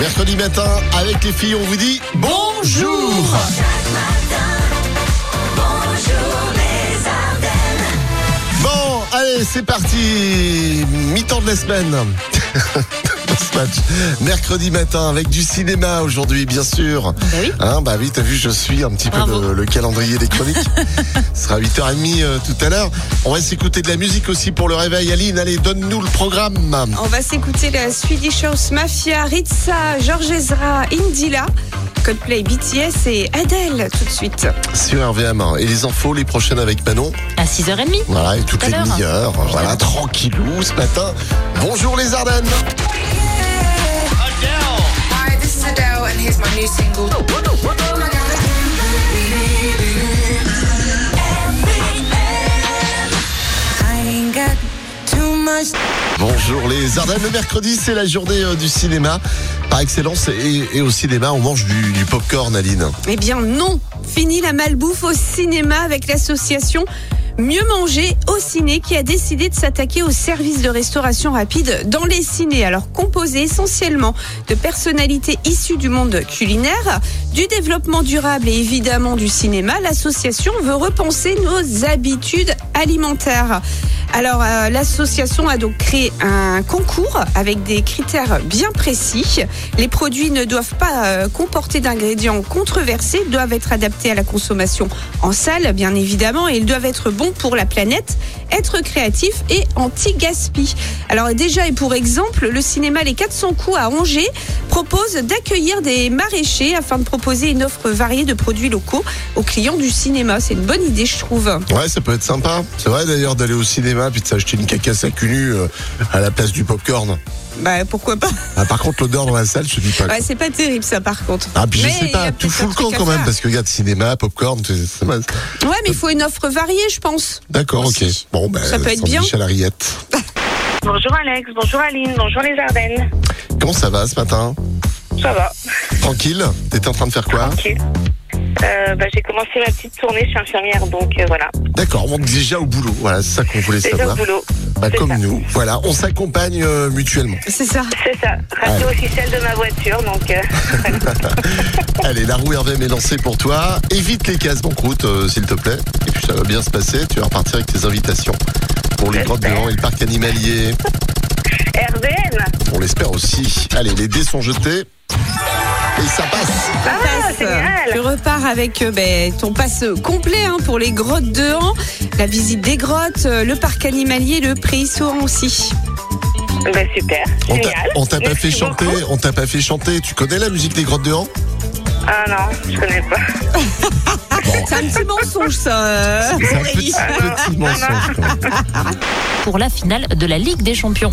Mercredi matin, avec les filles, on vous dit bonjour. Bon, allez, c'est parti. Mi-temps de la semaine. Dans ce match. Mercredi matin avec du cinéma aujourd'hui bien sûr. Bah oui. Hein, bah oui, t'as vu, je suis un petit peu Bravo. le, le calendrier des chroniques. Ce sera 8h30 euh, tout à l'heure. On va s'écouter de la musique aussi pour le réveil. Aline, allez, donne-nous le programme. On va s'écouter la Swedish House Mafia, Ritza, Georges Ezra, Indila, Coldplay, BTS et Adele tout de suite. sur RVM hein. et les infos les prochaines avec Manon. À 6h30. Voilà, et toutes Tout à les l'heure. demi-heures. Voilà, tranquillou ce matin. Bonjour les Ardennes. Hi, this is Adele, and here's my new single. Oh my God. I ain't got too much. Bonjour les Ardennes. Le mercredi, c'est la journée euh, du cinéma par excellence. Et, et au cinéma, on mange du, du popcorn, Aline. Eh bien non, fini la malbouffe au cinéma avec l'association Mieux manger au ciné qui a décidé de s'attaquer aux services de restauration rapide dans les cinés. Alors composé essentiellement de personnalités issues du monde culinaire, du développement durable et évidemment du cinéma, l'association veut repenser nos habitudes alimentaires. Alors euh, l'association a donc créé un concours avec des critères bien précis. Les produits ne doivent pas euh, comporter d'ingrédients controversés, doivent être adaptés à la consommation en salle bien évidemment et ils doivent être bons pour la planète, être créatifs et anti-gaspi. Alors déjà et pour exemple, le cinéma Les 400 coups à Angers propose d'accueillir des maraîchers afin de proposer une offre variée de produits locaux aux clients du cinéma. C'est une bonne idée je trouve. Ouais, ça peut être sympa. C'est vrai d'ailleurs d'aller au cinéma puis de s'acheter une cacasse à cul nu, euh, à la place du popcorn. Bah pourquoi pas Ah, par contre, l'odeur dans la salle, je te dis pas. Ouais, c'est pas terrible ça par contre. Ah, puis je Mais sais il y a pas, tout peut-être fout un le camp truc à quand même, faire. parce que regarde, cinéma, popcorn, c'est- c'est mal. Ouais, mais il faut une offre variée, je pense. D'accord, ok. Aussi. Bon, ben, Ça peut être bien. sandwich à la rillette. Bonjour Alex, bonjour Aline, bonjour les Ardennes. Comment ça va ce matin Ça va, Tranquille T'étais en train de faire quoi tranquille. Euh, bah, j'ai commencé ma petite tournée, je suis infirmière, donc euh, voilà. D'accord, on est déjà au boulot. Voilà, c'est ça qu'on voulait Déjà au savoir. boulot. Bah, c'est comme ça. nous. Voilà, on s'accompagne euh, mutuellement. C'est ça. C'est ça, radio officielle de ma voiture, donc euh, voilà. Allez, la roue RVM est lancée pour toi. Évite les cases banqueroute, euh, s'il te plaît. Et puis ça va bien se passer. Tu vas repartir avec tes invitations pour les grottes de Laon et le parc animalier. RDN, On l'espère aussi. Allez, les dés sont jetés. Et ça passe. Ça passe. c'est génial. Tu repars avec euh, ben, ton passe complet hein, pour les grottes de Han, la visite des grottes, euh, le parc animalier, le préhistorant aussi. bah, super, On t'a- génial. on t'a pas Merci fait chanter. beaucoup. On t'a pas fait chanter. Tu connais la musique des grottes de Han Ah non, je connais pas. C'est un petit mensonge ça. euh, C'est un petit, Aurélie. Ah petit mensonge. quand même. Pour la finale de la Ligue des Champions.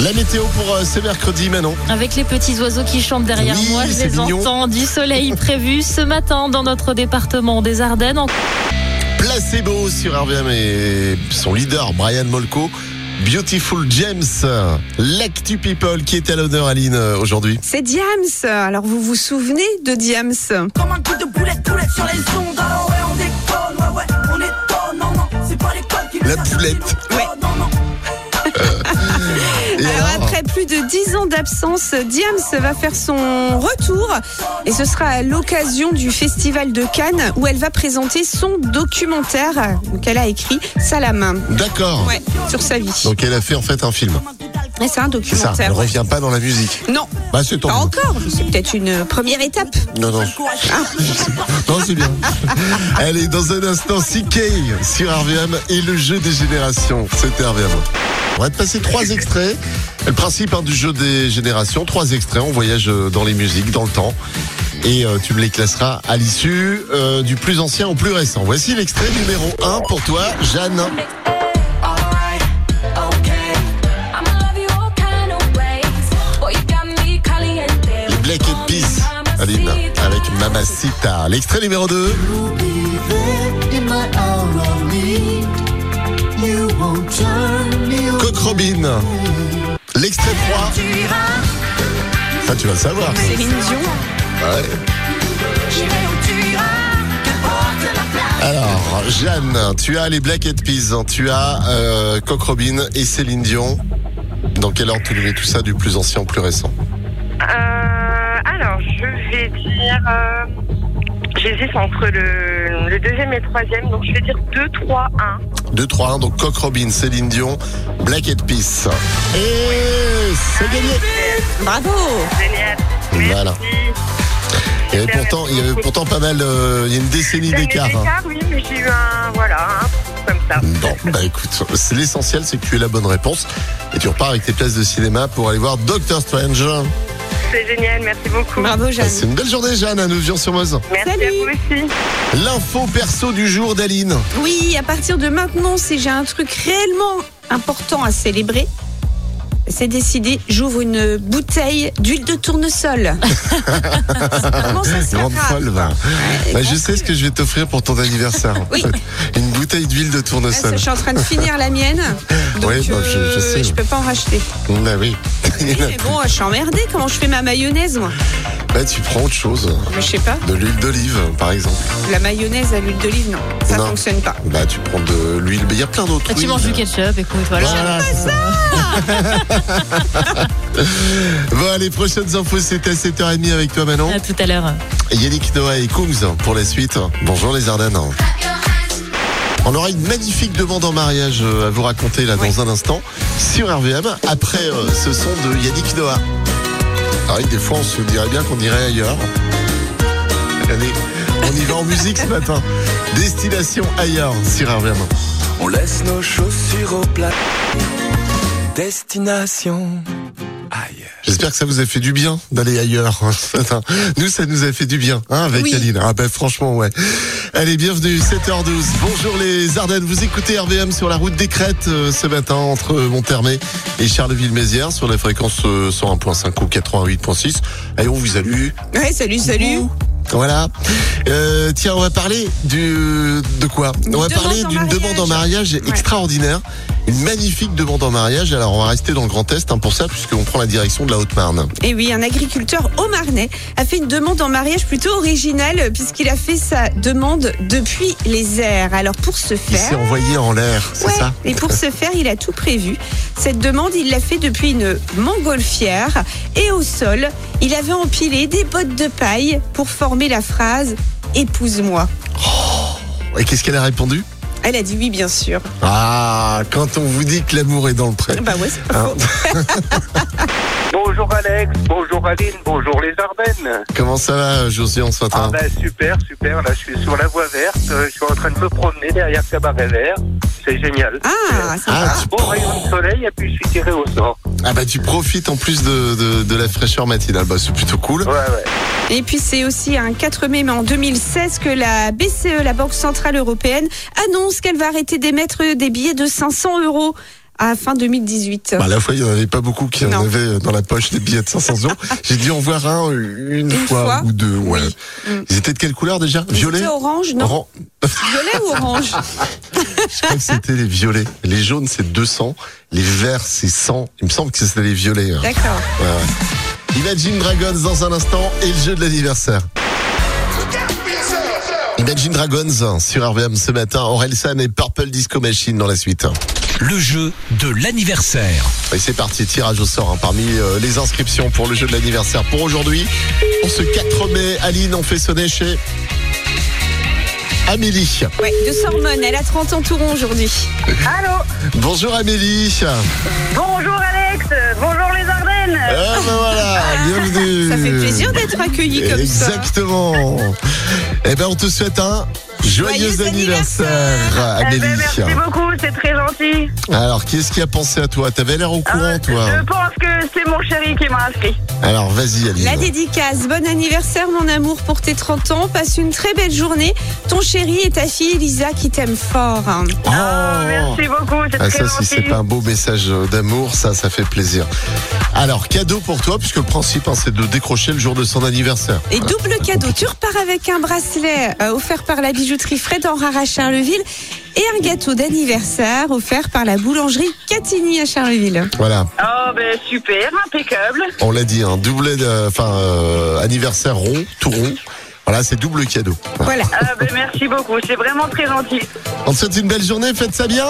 La météo pour euh, ce mercredi, Manon. Avec les petits oiseaux qui chantent derrière Oui, moi, je c'est les mignon. entends. Du soleil prévu ce matin dans notre département des Ardennes. En- Placebo sur RVM et son leader Brian Molko. Beautiful James, l'actu people qui est à l'honneur Aline euh, aujourd'hui. C'est Diams. Alors vous vous souvenez de Diams Comme un coup de boulette, boulette sur les ondes. Alors ouais, on déconne, ouais, ouais, on est con, non, non, c'est pas l'école qui nous La a sorti boulette. Euh. le con, non, non. Et Alors alors, après plus de 10 ans d'absence, Diams va faire son retour et ce sera à l'occasion du festival de Cannes où elle va présenter son documentaire qu'elle a écrit Salam D'accord. ouais, sur sa vie. Donc elle a fait en fait un film. Et c'est un C'est ça, elle documentaire. ouais. revient pas dans la musique. Non, Bah c'est ton. pas encore, mais c'est peut-être une première étape. Non, non. non, c'est bien. Allez, dans un instant, CK sur RVM et le jeu des générations. C'était RVM. On va te passer trois extraits. Le principe hein, du jeu des générations, trois extraits. On voyage euh, dans les musiques, dans le temps. Et euh, tu me les classeras à l'issue euh, du plus ancien au plus récent. Voici l'extrait numéro 1 pour toi, Jeanne. Alright, okay. I'ma love you all kind of ways. Boy, you got me caliente. Les Black Eyed Peas, Aline, avec Mamacita. L'extrait numéro 2, Coq Robin. L'extrait 3. Ça, tu vas le savoir. Céline Dion. Ouais. Alors, Jeanne, tu as les Black Eyed Peas, hein, tu as euh, Coq Robin et Céline Dion. Dans quel ordre tu les mets tout ça du plus ancien au plus récent Euh, alors, je vais dire. euh, J'hésite entre le, le deuxième et le troisième, donc je vais dire 2, 3, 1. 2, 3, 1, donc Cock Robin, Céline Dion, Black Eyed Peas. Et c'est gagné Bravo Génial. Voilà. Il y avait pourtant, il y avait pourtant pas mal, euh, il y a une décennie J'ai eu d'écart. hein. l'écart, oui, mais j'ai eu un. Voilà, un truc comme ça. Bon, bah écoute, c'est l'essentiel, c'est que tu aies la bonne réponse et tu repars avec tes places de cinéma pour aller voir Doctor Strange. Ah, C'est génial, merci beaucoup. Bravo Jeanne. C'est une belle journée, Jeanne, à Neuvion-sur-Meuse. Merci à Bah, Salut. vous aussi. L'info perso du jour d'Aline. Oui, à partir de maintenant, si j'ai un truc réellement important à célébrer, c'est décidé, j'ouvre une bouteille d'huile de tournesol. Comment Oh, ça se Grande fera folle, va. Ouais, Bah, grand je sais ce que je vais t'offrir pour ton anniversaire. Oui. Ah, Une bouteille d'huile de Là, ça, tournesol. je suis en train de finir la mienne. Donc, Ouais, euh, bah, je- je sais. je peux pas en racheter. Bah oui. Il y en a Mais bon, je suis emmerdée. Comment je fais ma mayonnaise, moi Bah, tu prends autre chose. Mais Je sais pas. De l'huile d'olive, par exemple. La mayonnaise à l'huile d'olive, non. Ça Non. fonctionne pas. Bah, tu prends de l'huile. Mais il y a plein d'autres. Ah, tu huiles. manges du ketchup, écoute, voilà. Voilà. bon, les prochaines infos, c'était à 7h30 avec toi, Manon. À tout à l'heure. Yannick Noah et Coombs pour la suite. Bonjour les Ardennes. On aura une magnifique demande en mariage euh, à vous raconter là dans un instant sur RVM après euh, ce son de Yannick Noah. Ah oui, des fois on se dirait bien qu'on irait ailleurs. Allez, on y va en musique ce matin. Destination ailleurs sur RVM. On laisse nos chaussures au plat. Destination. Aïe. J'espère que ça vous a fait du bien d'aller ailleurs hein, ce matin. Nous, ça nous a fait du bien, hein, avec Oui. Aline. Ah ben franchement, ouais. Allez, bienvenue, 7h12. Bonjour les Ardennes. Vous écoutez RVM sur la route des crêtes euh, ce matin entre euh, Monthermé et Charleville-Mézières sur la fréquence euh, 101.5 ou 88.6. Allez, on vous salue. Ouais, salut, salut. Voilà. Euh, tiens, on va parler du de quoi On va Demande parler en d'une mariage. demande en mariage extraordinaire, une magnifique demande en mariage. Alors, on va rester dans le Grand Est hein, pour ça, puisqu'on prend la direction de la Haute-Marne. Et Eh oui, un agriculteur haut-marnais a fait une demande en mariage plutôt originale euh, puisqu'il a fait sa demande depuis les airs. Alors pour ce Il s'est faire... envoyé en l'air, c'est Ouais, ça et pour ce faire, il a tout prévu. Cette demande, il l'a fait depuis une montgolfière. Et au sol, il avait empilé des bottes de paille pour former la phrase « épouse-moi Et qu'est-ce qu'elle a répondu ». Elle a dit oui, bien sûr. Ah, quand on vous dit que l'amour est dans le pré. Bah ouais, c'est pas Hein faux. Bonjour Alex, bonjour Aline, bonjour les Ardennes. Comment ça va, Josiane, ce Ah matin ben super, super, là je suis sur la voie verte, euh, je suis en train de me promener derrière Cabaret Vert, c'est génial. Ah, ça- ah, Un tu- beau rayon de soleil et puis je suis tiré au sort. ah bah tu profites en plus de, de, de la fraîcheur matinale, bah c'est plutôt cool. Ouais, ouais. Et puis c'est aussi un 4 mai mais en 2016 que la BCE, la Banque Centrale Européenne, annonce qu'elle va arrêter d'émettre des billets de 500 euros à fin 2018. Bah, à la fois, il n'y en avait pas beaucoup qui en Non. avaient euh, dans la poche des billets de 500 euros. J'ai dû en voir un euh, une, Une fois, fois ou deux. Ouais. Mm. Ils étaient de quelle couleur déjà Violet C'était orange, non Oran- Violet ou orange Je crois que c'était les violets. Les jaunes, c'est 200. Les verts, c'est 100. Il me semble que c'était les violets. hein. D'accord. Imagine Dragons dans un instant et le jeu de l'anniversaire. Imagine Dragons sur RVM ce matin, Orelsan et Purple Disco Machine dans la suite. Le jeu de l'anniversaire. Et c'est parti, tirage au sort hein, parmi euh, les inscriptions pour le jeu de l'anniversaire pour aujourd'hui. Pour ce 4 mai, Aline, on fait sonner chez Amélie. Ouais, de Sormone, elle a 30 ans tout rond aujourd'hui. Allô Bonjour Amélie. Bonjour Alex, bonjour les Ardennes. Ah ben voilà, bienvenue. Ça fait plaisir d'être accueillie comme ça. Euh, Exactement. Eh ben, on te souhaite un joyeux, Joyeux anniversaire, Eh Amélie. ben, merci beaucoup, c'est très gentil. Alors, qui est-ce qui a pensé à toi T'avais l'air au courant, Ah, toi. Oh. Je pense que c'est mon chéri qui m'a inscrit. Alors, vas-y, Aline. La dédicace, bon anniversaire mon amour pour tes 30 ans, passe une très belle journée. Ton chéri et ta fille Elisa qui t'aiment fort. hein. Oh Ah, merci beaucoup, c'est Ah, très ça, si gentil. c'est pas un beau message d'amour, ça, ça fait plaisir. Alors, cadeau pour toi, puisque le principe, hein, c'est de décrocher le jour de son anniversaire. Et double cadeau, tu repars avec un bracelet euh, offert par la bijouterie Fred Enrard à Charleville et un gâteau d'anniversaire offert par la boulangerie Catigny à Charleville. Voilà, Oh ben super, impeccable. on l'a dit, un doublé, de- enfin, euh, anniversaire rond, tout rond. Voilà, c'est double cadeau. Voilà. Ah ben merci beaucoup, c'est vraiment très gentil. On te souhaite une belle journée, faites ça bien.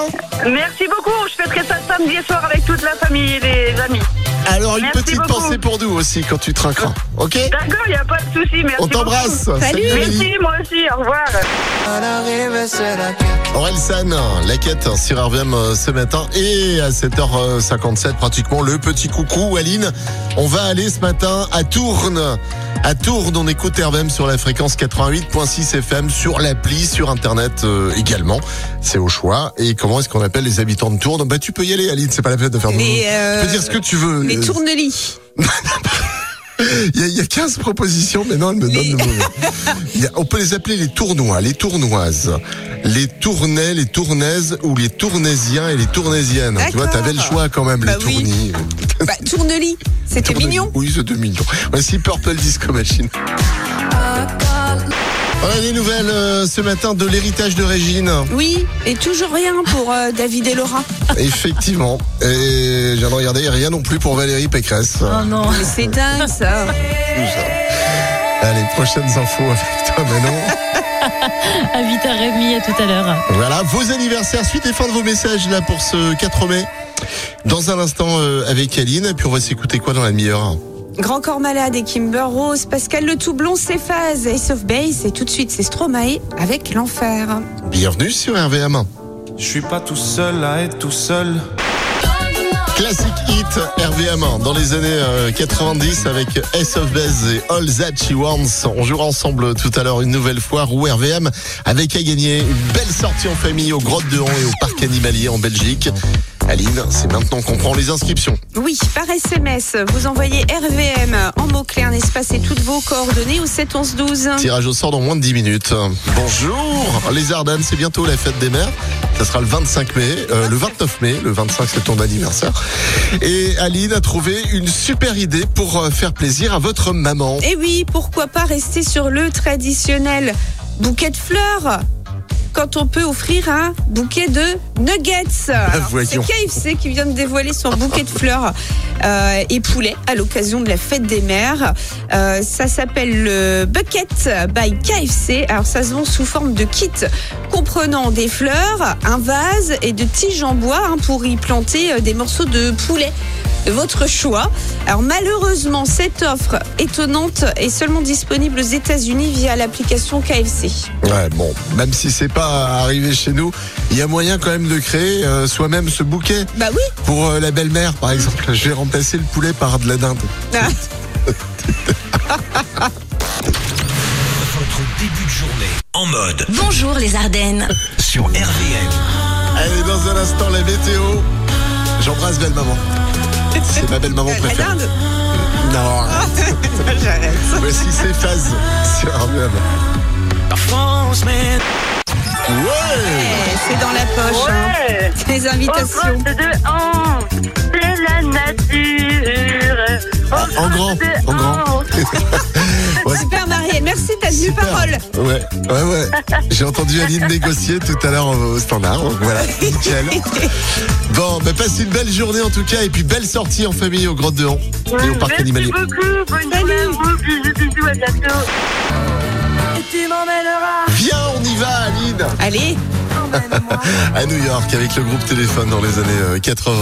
Merci beaucoup, je fêterai ça samedi soir avec toute la famille et les amis. Alors, une Merci petite beaucoup. pensée pour nous aussi quand tu trinqueras. Ok D'accord, il n'y a pas de souci. Merci. On t'embrasse. beaucoup. Salut, Merci, Amélie. moi aussi. Au revoir. Aurel San, la quête sur RVM euh, ce matin et à 7h57 pratiquement le petit coucou Aline. On va aller ce matin à Tourne. À Tourne, on écoute RVM sur la fréquence 88.6 FM, sur l'appli, sur internet euh, également. C'est au choix. Et comment est-ce qu'on appelle les habitants de Tourne Bah tu peux y aller Aline, c'est pas la peine de faire de Les, Tu euh, peux dire ce que tu veux. les Euh, tournelis. Il y, a- il y a 15 propositions, mais non, elle me donne Les- le mauvais. Il y a- on peut les appeler les tournois, les tournoises, les tournais, les tournaises ou les tournaisiens et les tournaisiennes. Tu vois, D'accord. t'avais le choix quand même, Bah les oui. tournis. Bah, tournelis, c'était Tournais- mignon. Oui, c'est de mignon. Voici Purple Disco Machine. Voilà les nouvelles euh, ce matin de l'héritage de Régine. Oui, et toujours rien pour euh, David et Laura. Effectivement. Et je viens de regarder, rien non plus pour Valérie Pécresse. Oh non. Mais c'est dingue ça. Allez, prochaines infos avec toi, Manon. Invite à Rémi, à tout à l'heure. Voilà, vos anniversaires, suite et fin de vos messages là pour ce 4 mai. Dans un instant euh, avec Aline, et puis on va s'écouter quoi dans la demi-heure Grand Corps Malade et Kimber Rose, Pascal Le Toublon, Céphase, Ace of Base et tout de suite c'est Stromae avec l'enfer. Bienvenue sur RVM. Je suis pas tout seul à être tout seul. Classique hit RVM dans les années euh, 90 avec S of Base et All That She Wants. On jouera ensemble tout à l'heure une nouvelle fois où RVM avec à gagner une belle sortie en famille aux grottes de Han et au parc animalier en Belgique. Aline, c'est maintenant qu'on prend les inscriptions. Oui, par SMS, vous envoyez RVM en mots-clés, un espace et toutes vos coordonnées au 7 11 12. Tirage au sort dans moins de 10 minutes. Bonjour Les Ardennes, c'est bientôt la fête des mères. Ça sera le 25 mai, euh, le 29 mai, le 25 c'est ton anniversaire. Et Aline a trouvé une super idée pour euh, faire plaisir à votre maman. Et Eh oui, pourquoi pas rester sur le traditionnel bouquet de fleurs quand on peut offrir un bouquet de nuggets. Alors, C'est voyons. KFC qui vient de dévoiler son bouquet de fleurs euh, et poulet à l'occasion de la fête des mères. Euh, ça s'appelle le Bucket by KFC. Alors ça se vend sous forme de kit comprenant des fleurs, un vase et de tiges en bois hein, pour y planter euh, des morceaux de poulet de votre choix. Alors malheureusement, cette offre étonnante est seulement disponible aux États-Unis via l'application KFC. Ouais, bon, même si c'est pas arrivé chez nous, il y a moyen quand même de créer euh, soi-même ce bouquet Bah oui. pour euh, la belle-mère par exemple. Je vais remplacer le poulet par de la dinde. Ah. Votre début de journée en mode Bonjour les Ardennes. sur RVM. Allez, dans un instant, la météo. J'embrasse belle-maman. C'est ma belle-maman La préférée. dinde. Ah, Non. J'arrête. Voici ses phases sur RVM. Ouais Eh, C'est dans la poche. hein. Ouais. Les invitations. Au poste de Han, c'est la nature. Au En grand, poste de en grand. Han, Super Marielle, merci, t'as tenu Super. parole. Ouais, ouais, ouais. J'ai entendu Aline négocier tout à l'heure au au standard. donc Voilà, nickel. Bon, bah, passe une belle journée en tout cas, et puis belle sortie en famille au Grottes de Han et au parc animalier. Merci beaucoup. Bonne journée à vous. Bisous, bisous, à bientôt. Viens, on y va, Aline Allez, à New York avec le groupe Téléphone dans les années euh, 80.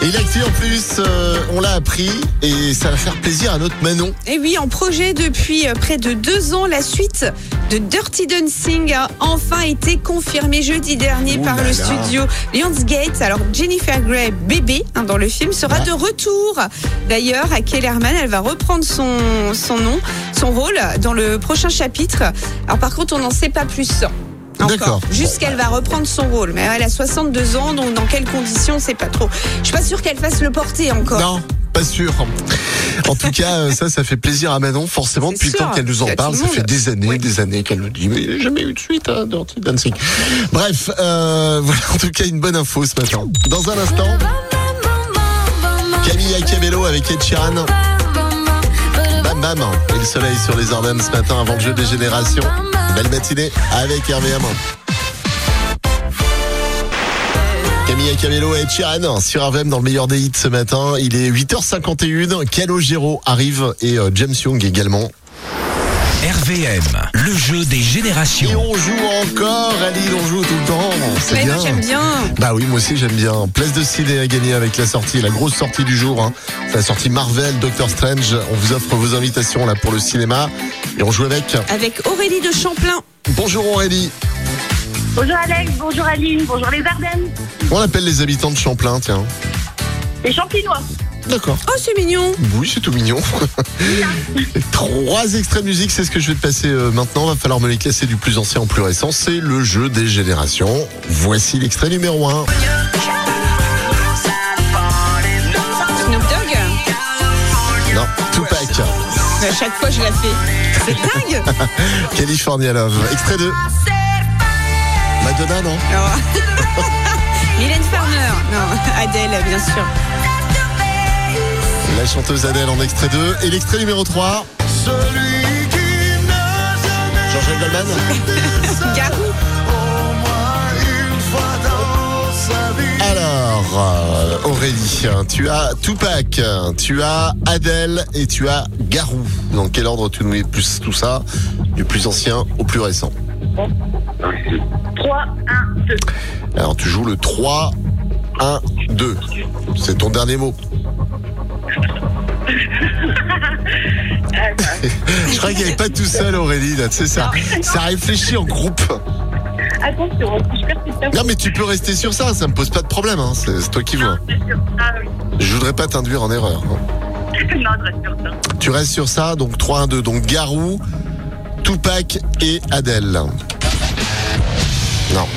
Et l'actu en plus, euh, on l'a appris et ça va faire plaisir à notre Manon. et Eh oui, en projet depuis euh, près de deux ans, la suite de Dirty Dancing a enfin été confirmée jeudi dernier Ouh par là le là. studio Lionsgate. Alors Jennifer Grey, bébé, hein, dans le film, sera de retour. D'ailleurs, à Kellerman, elle va reprendre son, son nom, son rôle dans le prochain chapitre. Alors par contre, on n'en sait pas plus. Encore. D'accord. bah. Jusqu'elle va reprendre son rôle. Mais elle a 62 ans, donc dans quelles conditions, c'est pas trop. Je suis pas sûre qu'elle fasse le porter encore. Non, pas sûr. En tout cas, euh, ça, ça fait plaisir à Manon, forcément, C'est depuis le sûr. temps qu'elle nous Il y en a parle. tout Ça le fait monde. des années, des années qu'elle nous dit, mais il n'y a jamais eu de suite hein, à Dirty Dancing. Bref, euh, voilà en tout cas une bonne info ce matin. Dans un instant, Camille Cabello avec Ed Sheeran. Bam bam, et le soleil sur les Ardennes ce matin avant le jeu des générations. Belle matinée avec RVM. Camille Cabello et Ed Sheeran sur RVM dans le meilleur des hits ce matin. Il est 8h51. Calogero arrive et euh, James Young également. RVM, le jeu des Et générations. on joue encore, Ali, on joue tout le temps. C'est Ouais, bien. moi, j'aime bien. Bah oui, moi aussi j'aime bien. Place de Ciné à gagner avec la sortie, la grosse sortie du jour. Hein. C'est La sortie Marvel, Doctor Strange. On vous offre vos invitations là pour le cinéma. Et on joue avec. Avec Aurélie de Champlain. Bonjour Aurélie. Bonjour Alex, bonjour Aline, bonjour les Ardennes. On appelle les habitants de Champlain, tiens. Les Champinois. D'accord. Oh, c'est mignon. Oui, c'est tout mignon. Trois extraits musique, c'est ce que je vais te passer euh, maintenant. Va falloir me les classer du plus ancien au plus récent. C'est le jeu des générations. Voici l'extrait numéro 1. Snoop Dogg. Non, Tupac. À chaque fois, je la fais. C'est dingue. California Love. Extrait 2. Madonna, non Mylène Farmer. Non, Adèle, bien sûr. La chanteuse Adèle en extrait 2 et l'extrait numéro 3. Celui qui n'a jamais. Jean-Jacques Goldman Garou. Alors, euh, Aurélie, tu as Tupac, hein, tu as Adèle et tu as Garou. Dans quel ordre tu nous mets plus tout ça Du plus ancien au plus récent 3, 1, 2. Alors, tu joues le 3, 1, 2. C'est ton dernier mot. Je crois qu'il n'y avait pas tout seul, Aurélie, là, tu sais, ça, ça réfléchit en groupe. Attention, je perds tout ça. Non mais tu peux rester sur ça, ça me pose pas de problème, hein. c'est c'est toi qui vois. Je reste sur ça, Ah oui. Je voudrais pas t'induire en erreur. hein. Non, je reste sur ça. Tu restes sur ça, donc 3-1-2, donc Garou, Tupac et Adèle. Non.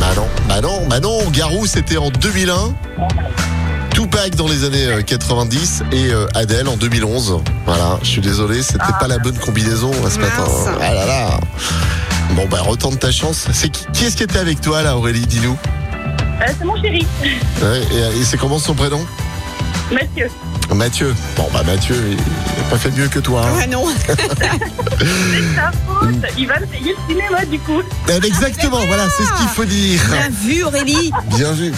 Bah non, bah non, bah non, Garou c'était en 2001, Tupac dans les années euh, 90 et euh, Adèle en 2011. Voilà, je suis désolé, c'était pas la bonne combinaison là, ce matin. Mince. Ah là là. Bon bah retente ta chance. C'est qui, qui est-ce qui était avec toi là Aurélie, dis-nous Euh, c'est mon chéri, Ouais, et, et c'est comment son prénom Mathieu. Mathieu. Bon, bah Mathieu, il il a pas fait mieux que toi. hein. Ah non. C'est sa faute. Il va me payer le cinéma du coup. Eh, Exactement, voilà, c'est ce qu'il faut dire. Bien vu, Aurélie. Bien vu.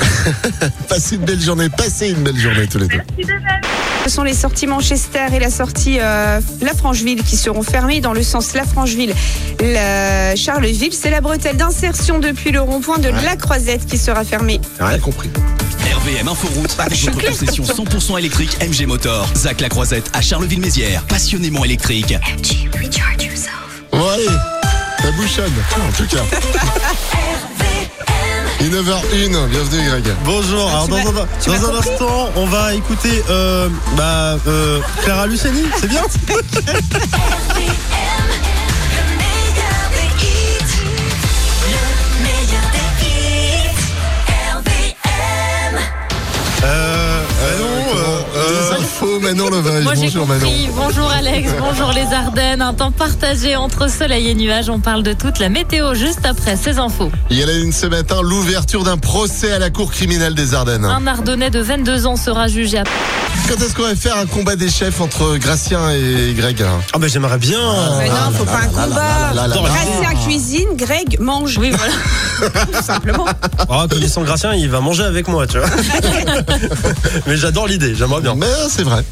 passez une belle journée, passez une belle journée tous les deux. Merci de même. Ce sont les sorties Manchester et la sortie euh, La Francheville qui seront fermées dans le sens La Francheville, la Charleville. C'est la bretelle d'insertion depuis le rond-point de La Croisette qui sera fermée. Rien compris. RVM Inforoute, votre concession 100% électrique MG Motor. Zac la Croisette à Charleville-Mézières, passionnément électrique. Bon, allez, ça bouchonne, en tout cas. Il est 9h01, bienvenue Greg. Bonjour, alors dans, m'as- un, tu m'as dans un compris instant, on va écouter euh, bah, euh, Clara Luciani, c'est bien Euh, bah non, euh, euh, Les infos, Manon Levage. Moi j'ai Bonjour Manon. compris. Bonjour Alex, bonjour les Ardennes. Un temps partagé entre soleil et nuages. On parle de toute la météo juste après ces infos. Il y a la une ce matin, l'ouverture d'un procès à la Cour criminelle des Ardennes. Un Ardennais de 22 ans sera jugé à Quand est-ce qu'on va faire un combat des chefs entre Gracien et Greg hein ah bah j'aimerais bien. Mais non, faut pas un combat. là, là, là, là. Grâce à la cuisine, Greg mange. Oui, voilà. Tout simplement. Ah, connaissant Gratien, il va manger avec moi, tu vois. Mais j'adore l'idée, j'aimerais bien. Mais euh, c'est vrai.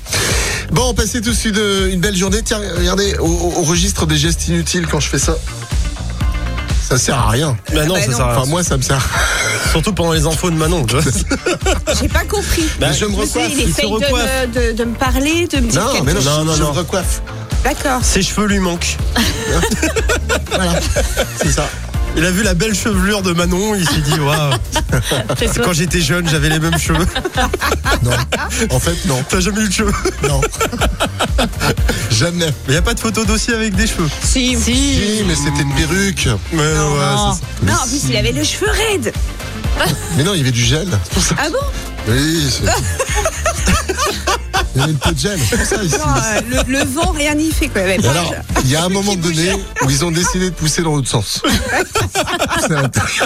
Bon, passez tous une, euh, une belle journée. Tiens, regardez, au, au- au registre des gestes inutiles quand je fais ça. Ça sert à rien. Bah non, Bah ça non. sert à rien. Enfin, moi, ça me sert. Surtout pendant les infos de Manon, tu vois. J'ai pas compris. Mais je me Je sais, Ben, recoiffe. il il se essaye de me, recoiffe. de, de me parler, de me dire Non, quelque mais non, chose. je- Non, je non, me non. recoiffe. D'accord. Ses cheveux lui manquent. Voilà, c'est ça. Il a vu la belle chevelure de Manon, il s'est dit, waouh, quand j'étais jeune, j'avais les mêmes cheveux. Non. En fait, non. T'as jamais eu de cheveux. Non. Jamais. Mais y a pas de photo dossier avec des cheveux. Si. Si, mais c'était une perruque. Mais ouais, non. c'est ça. Non, en plus, il avait les cheveux raides. Mais non, il y avait du gel. C'est pour ça. Ah bon Oui, c'est- Il y avait une peu de gel. C'est pour ça, ici. Non, euh, le, le vent, rien n'y fait, quoi. Mais Et alors, il y a un moment donné où ils ont décidé de pousser dans l'autre sens. C'est intéressant.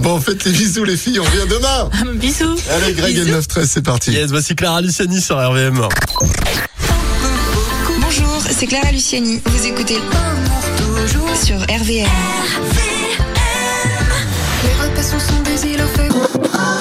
bon, en fait, les bisous, les filles, on revient demain. Bisous. Allez, Greg, et le 9-13, c'est parti. Yes, voici Clara Luciani sur RVM. Bonjour, c'est Clara Luciani. Vous écoutez sur RVM. Les repas sont des îlots